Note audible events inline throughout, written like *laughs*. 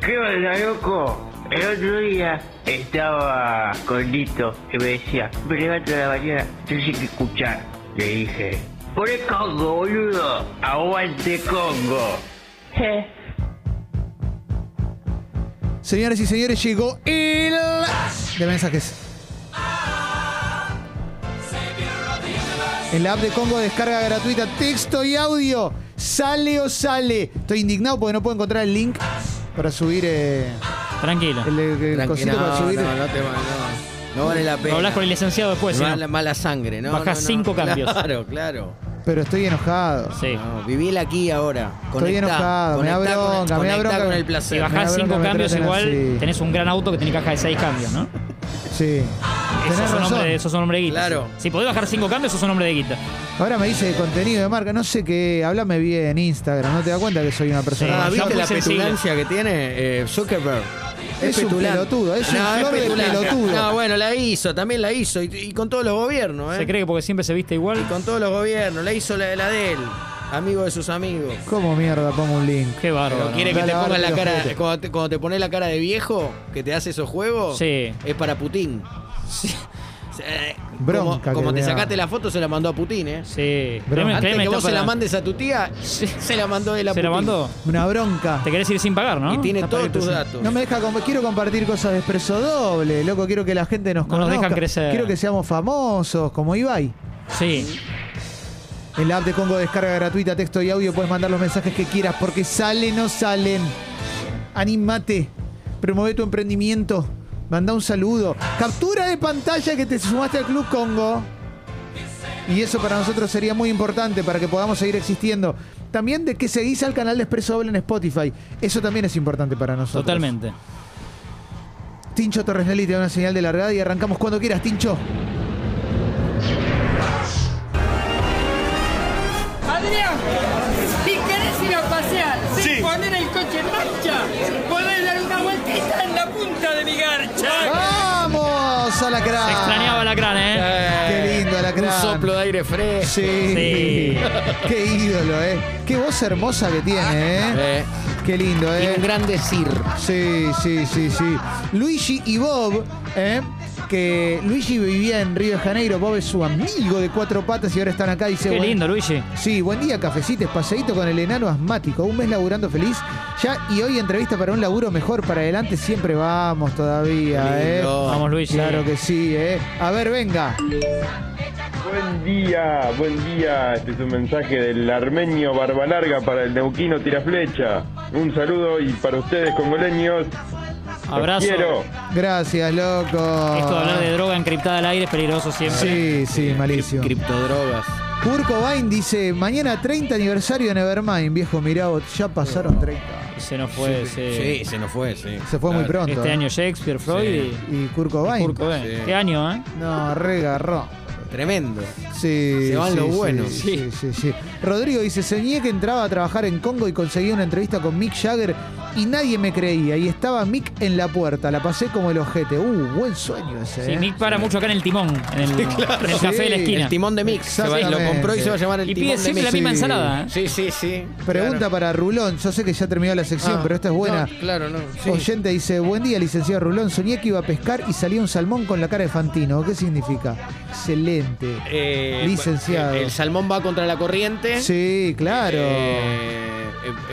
¿Qué onda, loco? El otro día estaba con Lito y me decía, me levanto a la mañana, tienes que escuchar. Le dije, poné Congo, boludo, aguante Congo. Je. Señores y señores, llegó el de mensajes. En la app de Congo descarga gratuita texto y audio. Sale o sale. Estoy indignado porque no puedo encontrar el link para subir eh, Tranquilo. el, el Tranqui- cosito para no, subir. no, no te va- no. No vale la pena. Lo hablas con el licenciado después, si no. mala, mala sangre, ¿no? Bajás no, no. cinco cambios. *laughs* Claro, claro. Pero estoy enojado. Sí. No, vivir aquí ahora. Estoy enojado, me da Conectá con el- bronca, me da conectá bronca. con el Si placer. baja- Me bajás da bronca cinco me cambios traten igual, así. tenés un gran auto que tiene caja de seis cambios, ¿no? Sí. Eso Tenés son razón. hombre, sos un hombre de guita. Claro. Si podés bajar cinco cambios, sos un hombre de guita. Ahora me dice contenido de marca. No sé qué. Háblame bien Instagram. No te das cuenta que soy una persona. Ah, mayor? Sí. Son ¿Viste muy la sensibles. petulancia que tiene eh, Zuckerberg? Es un petulante. pelotudo, es un flor de petulante. pelotudo. No, bueno, la hizo, también la hizo. Y, y con todos los gobiernos, ¿eh? Se cree que porque siempre se viste igual. Y con todos los gobiernos. La hizo la de la de él, amigo de sus amigos. ¿Cómo mierda pongo un link? Qué bárbaro. Pero ¿no? quiere que Dale, te pongan dale, la los cara. juguetes. Cuando te, cuando te pones la cara de viejo, que te hace esos juegos, Sí. es para Putin. *laughs* Eh, Bronca que como como me te da. sacaste la foto, se la mandó a Putin, ¿eh? Sí. Pero Clemen, Antes Clemen que está vos se la para- mandes a tu tía, Sí. se la mandó él a ¿Se la Putin. mandó? Una bronca. Te querés ir sin pagar, ¿no? Y tiene Está todos para tus irte sin- datos. No me deja, comp- quiero compartir cosas de expreso doble, loco, quiero que la gente nos No nos conozca. dejan crecer. Quiero que seamos famosos, como Ibai. Sí. En la app de Congo descarga gratuita, texto y audio, puedes mandar los mensajes que quieras, porque salen o salen. Anímate, promueve tu emprendimiento, manda un saludo. Captura de pantalla que te sumaste al Club Congo. Y eso para nosotros sería muy importante para que podamos seguir existiendo. También de que seguís al canal de Expreso Doble en Spotify. Eso también es importante para nosotros. Totalmente. Tincho Torres Nelly te da una señal de largada y arrancamos cuando quieras, Tincho. Adrián, si querés ir a pasear, sin poner el coche en marcha, podés dar una vueltita en la punta de mi garcha. ¡Vamos, Alacrán! Se extrañaba la crana, ¿eh? Qué lindo, Un Alacrán. soplo de aire fresco. Sí. Sí. Ah, Qué ídolo, ¿eh? Qué voz hermosa que tiene, ¿eh? Eh, Qué lindo, y ¿eh? un gran decir. Sí, sí, sí, sí. Luigi y Bob, ¿eh? Que Luigi vivía en Río de Janeiro, Bob es su amigo de cuatro patas y ahora están acá y se Qué lindo, Luigi. Sí, buen día, cafecites, paseíto con el enano asmático, un mes laburando feliz, ya y hoy entrevista para un laburo mejor, para adelante siempre vamos todavía, Qué ¿eh? lindo. Vamos, Luigi. Claro que sí, ¿eh? A ver, venga. Buen día, buen día. Este es un mensaje del armenio Barba Larga para el neuquino Tiraflecha. Un saludo y para ustedes congoleños. los Abrazo. Quiero. Gracias, loco. Esto de hablar de droga encriptada al aire es peligroso siempre. Sí, sí, malísimo. Criptodrogas. Urco Bain dice, mañana 30 aniversario de Nevermind, viejo, mirá, vos, ya pasaron 30. Se nos fue, sí. Sí, se nos fue, sí. Se fue muy Claro. pronto. Este ¿eh? año Shakespeare, Freud Sí. y- Y Kurt Cobain. y Kurt Cobain. Sí. Qué año, ¿eh? No, regarró. Tremendo. Sí, Se van sí, los sí, buenos. Sí, sí, sí. Rodrigo dice, soñé que entraba a trabajar en Congo y conseguía una entrevista con Mick Jagger y nadie me creía. Y estaba Mick en la puerta, la pasé como el ojete. Uh, buen sueño ese. Sí, ¿eh? Nick para mucho acá en el timón, *laughs* en el, en el café de la Sí, esquina. El timón de Mix. Se va- lo compró y se va a llamar el Y timón pide de siempre la Mix. misma Sí. ensalada, ¿eh? Sí, sí, sí. Pregunta Claro. para Rulón, yo sé que ya terminó la sección, Ah, pero esta es buena. no, claro, no. sí. Oyente dice, buen día, licenciado Rulón, soñé que iba a pescar y salía un salmón con la cara de Fantino. ¿Qué significa? Excelente. Eh, Licenciado. El, el salmón va contra la corriente. Sí, claro. Eh,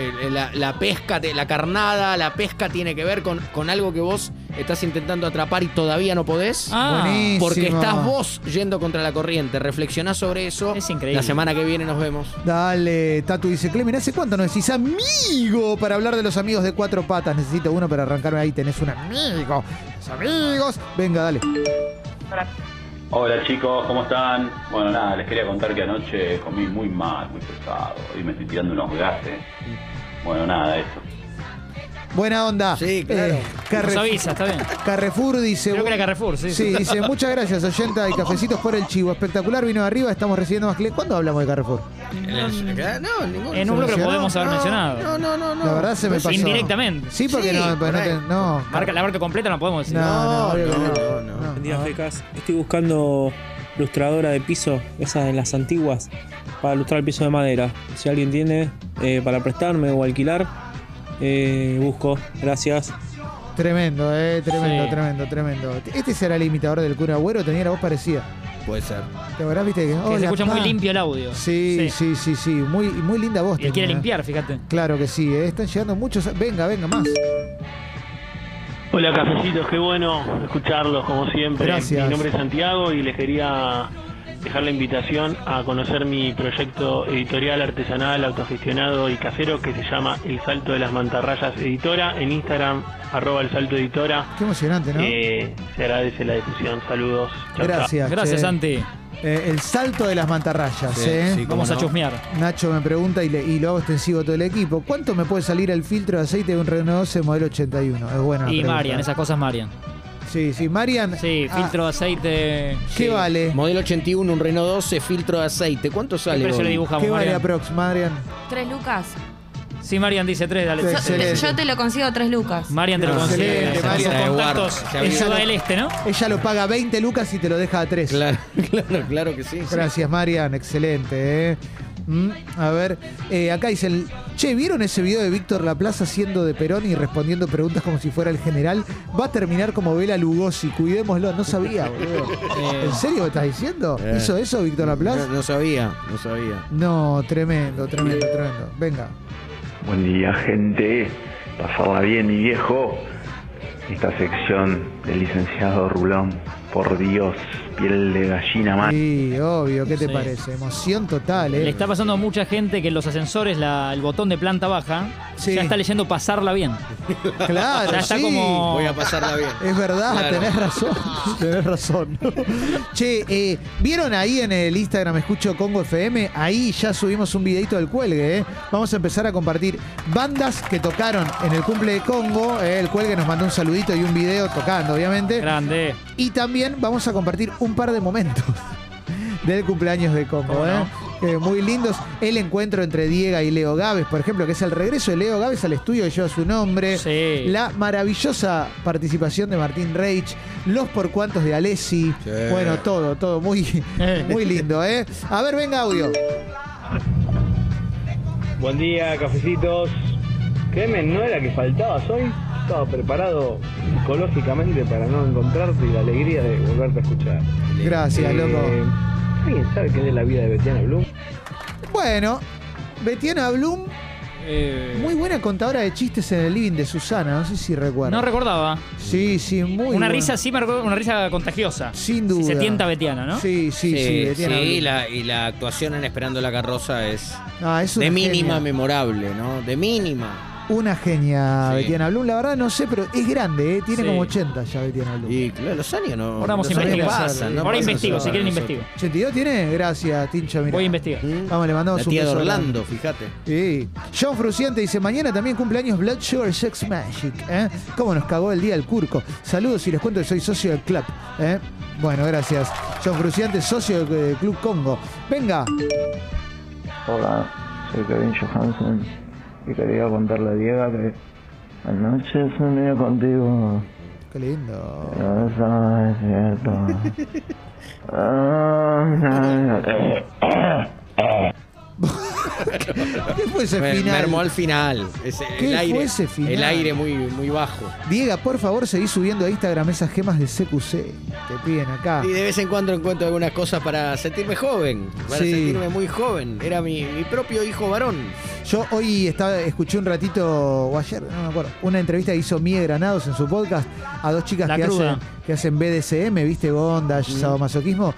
el- el- la, la pesca, te- la carnada, la pesca tiene que ver con, con algo que vos estás intentando atrapar y todavía no podés. Ah, Buenísimo. Porque estás vos yendo contra la corriente. Reflexionás sobre eso. Es increíble. La semana que viene nos vemos. Dale, Tatu dice, Clemen, ¿hace cuánto no decís amigo para hablar de los amigos de cuatro patas? Necesito uno para arrancarme ahí, tenés un amigo. Los amigos. Venga, dale. Hola chicos, ¿cómo están? Bueno, nada, les quería contar que anoche comí muy mal, muy pesado. Hoy me estoy tirando unos gases. Bueno, nada, eso. Buena onda. Sí, claro. Carre- Nos avisa, está bien. Carrefour dice... Creo que era Carrefour, sí. Sí, dice, muchas gracias, oyenta y cafecitos por el chivo. Espectacular, vino de arriba, estamos recibiendo más clientes. ¿Cuándo hablamos de Carrefour? No, ningún- En un bloque lo podemos haber no, mencionado. No, no, no, no. La verdad se me pasó. Pues Indirectamente. Sí, porque Sí, no, pues no, te- correcto. no. Marca, la marca completa no la podemos decir. No, no, No, no, no, no. no. Buen día, Fecas. Estoy buscando lustradora de piso, esas de las antiguas, para lustrar el piso de madera. Si alguien tiene eh, para prestarme o alquilar, Eh, busco, gracias. Tremendo, eh, tremendo, Sí. tremendo, tremendo. Este será el imitador del cura Agüero, tenía la voz parecida. Puede ser. ¿Te acordás, viste? Que, Que "Hola, se escucha pa". muy limpio el audio. Sí, sí, sí, sí, Muy, muy linda voz. Y él quiere tenía. ¿eh? limpiar, fíjate. Claro que sí, eh. están llegando muchos. Venga, venga, más. Hola cafecitos, qué bueno escucharlos como siempre. Gracias. Mi nombre es Santiago y les quería dejar la invitación a conocer mi proyecto editorial artesanal, autogestionado y casero que se llama El Salto de las Mantarrayas Editora en Instagram, arroba el salto editora. Qué emocionante, ¿no? Eh, se agradece la difusión, saludos. Chau, chau. Gracias. Gracias, ah, che. Santi. Eh, el salto de las mantarrayas, Sí, eh. sí, cómo Vamos a no. chusmear. Nacho me pregunta y, le- y lo hago extensivo a todo el equipo. ¿Cuánto me puede salir el filtro de aceite de un Renault 12 modelo 81? Es buena. la Y Ah, pregunta. Marian, esas cosas Marian. Sí, sí, Marian. Sí, ah, filtro de aceite. ¿Qué Sí. vale? Modelo 81, un Renault 12, filtro de aceite. ¿Cuánto ¿Qué sale? precio le hoy? dibujamos, ¿Qué vale Marian? aprox, Marian? Tres lucas. Sí, Marian dice tres, dale. Yo- Excelente. Yo te lo consigo tres lucas. Marian te lo Excelente, consigue. Gracias. Marian. Nuestros Eduardo, contactos ya en vi. Ciudad del Este, ¿no? Ella lo paga 20 lucas y te lo deja a 3. Claro, *laughs* claro, claro que sí. sí. Gracias, Marian. Excelente, ¿eh? Mm, a ver, eh, acá dicen, che, ¿vieron ese video de Víctor Laplaza haciendo de Perón y respondiendo preguntas como si fuera el general? Va a terminar como Vela Lugosi, cuidémoslo. No sabía, boludo. ¿En serio me estás diciendo? Eh. ¿Hizo eso Víctor No, Laplaza? no sabía, no sabía. No, tremendo, tremendo, tremendo. Venga. Buen día, gente. Pasarla bien, mi viejo. Esta sección del licenciado Rulón. Por Dios, piel de gallina más. Sí, obvio, ¿qué te Sí. parece? Emoción total, Le ¿eh? está pasando a mucha gente que en los ascensores la- el botón de planta baja Sí. ya está leyendo pasarla bien. Claro, Ya está sí. como- Voy a *laughs* pasarla bien. Es verdad, Claro. tenés razón. Tenés razón. *laughs* che, eh, ¿vieron ahí en el Instagram Escucho Congo FM? Ahí ya subimos un videito del cuelgue, ¿eh? Vamos a empezar a compartir bandas que tocaron en el cumple de Congo. ¿eh? El cuelgue nos mandó un saludito y un video tocando, obviamente. Grande. Y también vamos a compartir un par de momentos *laughs* del cumpleaños de Congo, ¿Cómo ¿eh? no? Eh, muy lindos. El encuentro entre Diego y Leo Gávez, por ejemplo, que es el regreso de Leo Gávez al estudio que lleva su nombre. Sí. La maravillosa participación de Martín Reich, los por cuantos de Alessi. Bueno, todo, todo *laughs* muy, muy lindo, ¿eh? A ver, venga audio. Buen día, cafecitos. Créeme, no era que faltabas hoy. Estaba preparado psicológicamente para no encontrarte y la alegría de volverte a escuchar. Gracias, Eh, loco. ¿Alguien sabe qué es la vida de Betiana Bloom? Bueno, Betiana Bloom, Eh, muy buena contadora de chistes en el living de Susana, no sé si recuerdo. no recordaba. sí, sí, muy una buena. risa sí, me recuerdo- una risa contagiosa. Sin duda. Si se tienta Betiana, ¿no? Sí, sí, sí. Sí, Betiana sí, Blum. la- y la actuación en Esperando la Carroza es Ah, es una de mínima genia. memorable, ¿no? De mínima. Una genia, Sí. Betiana Blum. La verdad no sé, pero es grande, ¿eh? Tiene Sí. como 80 ya Betiana Blum. Y claro, los años no. Ahora vamos a los años investigar. pasan, no Ahora pasan investigo, solo si quieren nosotros. investigo. ¿82 tiene? Gracias, Tincho. mirá. Voy a investigar. ¿Mm? Vamos, le mandamos La un tía de beso Orlando, fíjate. Sí. John Fruciante dice, mañana también cumpleaños Blood Sugar Sex Magic. ¿eh? ¿Cómo nos cagó el día el curco? Saludos y les cuento que soy socio del club. ¿eh? Bueno, gracias. John Fruciante, socio del eh, Club Congo. Venga. Hola, soy Kevin Johansen y quería contarle a Diego que anoche soñé contigo. Qué lindo. No *laughs* es cierto. Ah, no, no. ¿Qué fue ese Me, final? mermó al final. Ese- ¿Qué el fue aire, ese final? El aire muy, muy bajo. Diego, por favor, seguí subiendo a Instagram esas gemas de CQC. Te piden acá. Y de vez en cuando encuentro algunas cosas para sentirme joven, para Sí. sentirme muy joven. Era mi, mi propio hijo varón. Yo hoy estaba, escuché un ratito, o ayer, no me acuerdo, una entrevista que hizo Mie Granados en su podcast a dos chicas La que cruda. hacen, que hacen BDSM, ¿viste? Bondage, sadomasoquismo.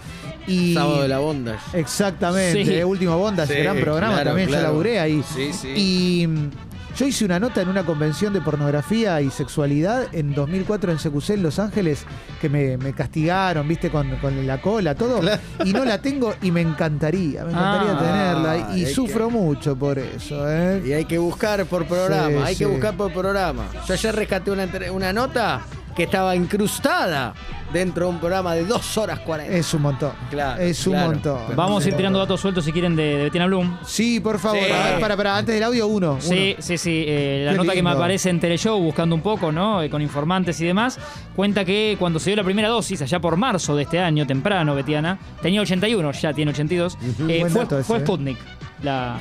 Y Sábado de la Bonda. Exactamente, Sí. eh, último Bondage, Sí, gran programa, claro, también yo claro. laburé ahí. Sí, sí. Y mm, yo hice una nota en una convención de pornografía y sexualidad en 2004 en CQC en Los Ángeles, que me, me castigaron, viste, con, con la cola, todo. Y no la tengo y me encantaría, me encantaría Ah, tenerla. Y hay que- sufro mucho por eso, ¿eh? Y hay que buscar por programa, Sí, hay sí. que buscar por programa. Yo ayer rescaté una, entre- una nota que estaba incrustada dentro de un programa de 2 horas 40. Es un montón. Claro, es un claro. montón. Vamos a ir Sí. tirando datos sueltos si quieren de, de Betiana Bloom. Sí, por favor. Sí. A ver, para, para, antes del audio, uno. Sí, sí, sí. eh, la Qué nota que me lindo. aparece en Teleshow, buscando un poco, ¿no? Eh, con informantes y demás, cuenta que cuando se dio la primera dosis, allá por marzo de este año, temprano, Betiana, tenía 81, ya tiene 82, eh, Buen fue, dato ese, fue eh. Sputnik. uno. la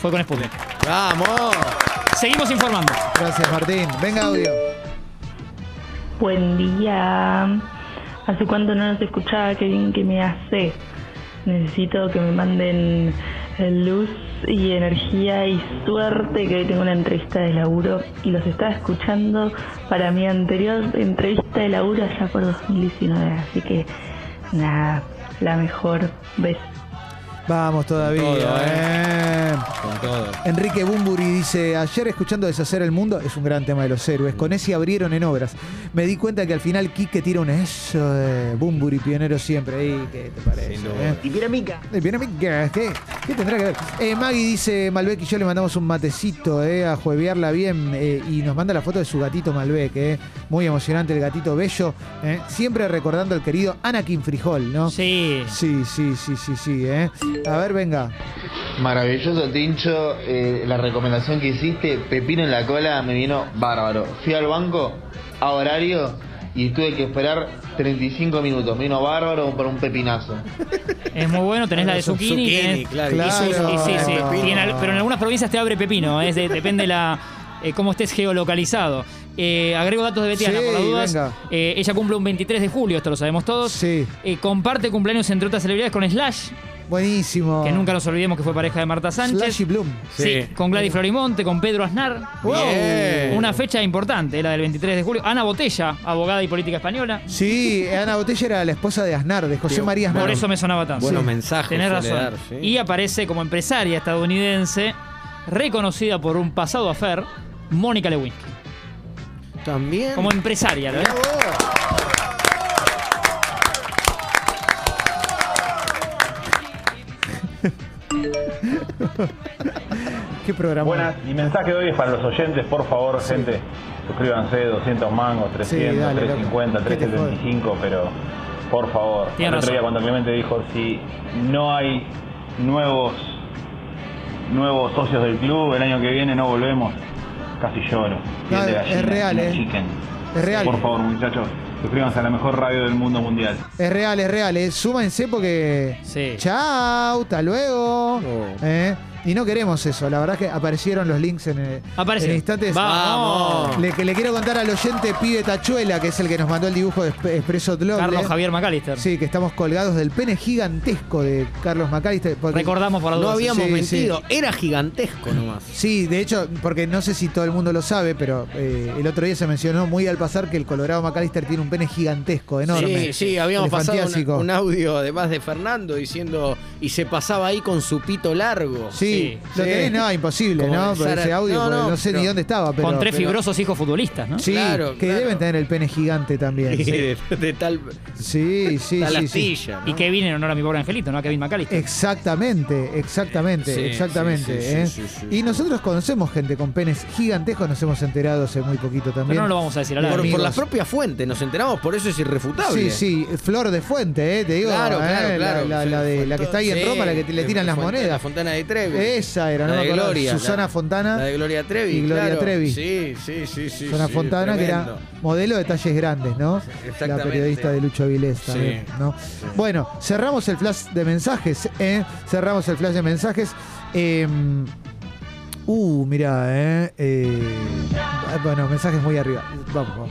fue con Sputnik. ¡Vamos! Seguimos informando. Gracias, Martín. Venga, audio. Buen día. Hace cuánto no nos escuchaba, qué bien que me hace. Necesito que me manden eh, luz y energía y suerte que hoy tengo una entrevista de laburo y los estaba escuchando para mi anterior entrevista de laburo allá por 2019, así que nada, la mejor vez. Vamos todavía. todo, eh. Con todo. Enrique Bumburi dice, ayer escuchando Deshacer el Mundo, es un gran tema de los héroes, con ese abrieron en obras. Me di cuenta que al final Quique tira un eso de Bumburi, pionero siempre. Ahí, ¿Qué te parece? eh? Y mira mica. Eh, bien, amiga, ¿Qué, qué tendrá que ver? Eh, Maggie dice, Malbec y yo le mandamos un matecito eh, a juevearla bien eh, y nos manda la foto de su gatito Malbec. eh. Muy emocionante el gatito bello. eh. Siempre recordando al querido Anakin Frijol, ¿no? Sí. Sí, sí, sí, sí, sí. eh. A ver, venga. Maravilloso, Tincho. Eh, la recomendación que hiciste, pepino en la cola, me vino bárbaro. Fui al banco a horario y tuve que esperar 35 minutos. Me vino bárbaro por un pepinazo. Es muy bueno, *laughs* tenés la de Es un zucchini. zucchini, ¿eh? tenés- claro. y su- Claro, y sí, sí. pepino. Y en al- pero en algunas provincias te abre pepino, es de- depende la eh, cómo estés geolocalizado. Eh, agrego datos de Betiana, Sí, por las venga. dudas. Eh, ella cumple un 23 de julio, esto lo sabemos todos. Eh, comparte cumpleaños entre otras celebridades con Slash, Buenísimo. que nunca nos olvidemos que fue pareja de Marta Sánchez. Ah. Slash y Bloom. Sí, con Gladys Florimonte, con Pedro Aznar. Wow. Bien. Una fecha importante, la del 23 de julio. Ana Botella, abogada y política española. Sí, Ana Botella era la esposa de Aznar, de José Tío, María Aznar. Por eso me sonaba tanto. Buenos mensajes Tenés suele razón. dar, sí. Y aparece como empresaria estadounidense, reconocida por un pasado afer, Mónica Lewinsky. También. Como empresaria, ¿lo ves? ¿Qué programa? Buenas, mi mensaje de hoy es para los oyentes, por favor, gente, suscríbanse, 200 mangos, 300, Sí, dale, loco. 350, ¿Qué te 375, pero por favor, Tiene el otro razón. día cuando Clemente dijo, si no hay nuevos nuevos socios del club, el año que viene no volvemos, casi lloro. Piel No, de es gallina, real, chicken, eh. chicken. Es real. Por favor, muchachos, suscríbanse a la mejor radio del mundo mundial. Es real, es real, eh. súmense porque. Sí. Oh. Chao, hasta luego. Eh, Y no queremos eso, la verdad que aparecieron los links en, eh, Aparecieron. en instantes. Vamos. Le, que le quiero contar al oyente Pibe Tachuela, que es el que nos mandó el dibujo de Espe- Espresso Doble. Carlos Javier Macalister. Sí, que estamos colgados del pene gigantesco de Carlos Macalister. porque- Recordamos por la No duda. habíamos sí, mentido. Era gigantesco nomás. Sí, de hecho, porque no sé si todo el mundo lo sabe, pero eh, el otro día se mencionó muy al pasar que el Colorado Macalister tiene un pene gigantesco, enorme. Sí, sí, habíamos pasado una- elefantiásico. un audio además de Fernando diciendo y se pasaba ahí con su pito largo. Sí, lo sí. tenés, *laughs* no, imposible, Como ¿no? pensar Por ese a- audio, no, porque no, no, sé ni pero- dónde estaba, pero. Con tres pero- fibrosos hijos futbolistas, ¿no? Sí, Claro, que claro. deben tener el pene gigante también. Sí, Sí, de, de tal. sí, sí. Está la sí, sí. astilla, ¿no? Y Kevin en honor a mi pobre angelito, ¿no? A Kevin Eh, Macalister. Exactamente, exactamente, Sí, exactamente. sí, sí, ¿eh? sí, sí, sí. y nosotros conocemos gente con penes gigantescos, nos hemos enterado hace muy poquito también. Pero no lo vamos a decir al Por, aire. por la amigos. propia fuente, nos enteramos, por eso es Sí, irrefutable. sí, flor de fuente, ¿eh? te digo. Claro, ¿eh? claro, La- claro. La, la de, la que está ahí en Sí, Roma, la que te- le de tiran las Fontana- La monedas. Fontana de Trevi. Esa era, no La me de acuerdo. Gloria, Susana la- Fontana. La de Gloria Trevi. y Gloria claro. Trevi. Sí, sí, sí. sí Zona sí, Fontana, que era tremendo. modelo de talles grandes, ¿no? La Exactamente. periodista de Lucho Vilés también, Sí, ¿no? Bueno, cerramos el flash de mensajes, ¿eh? Cerramos el flash de mensajes. Eh, uh, mirá, ¿eh? Eh, Bueno, mensajes muy arriba. Vamos, vamos.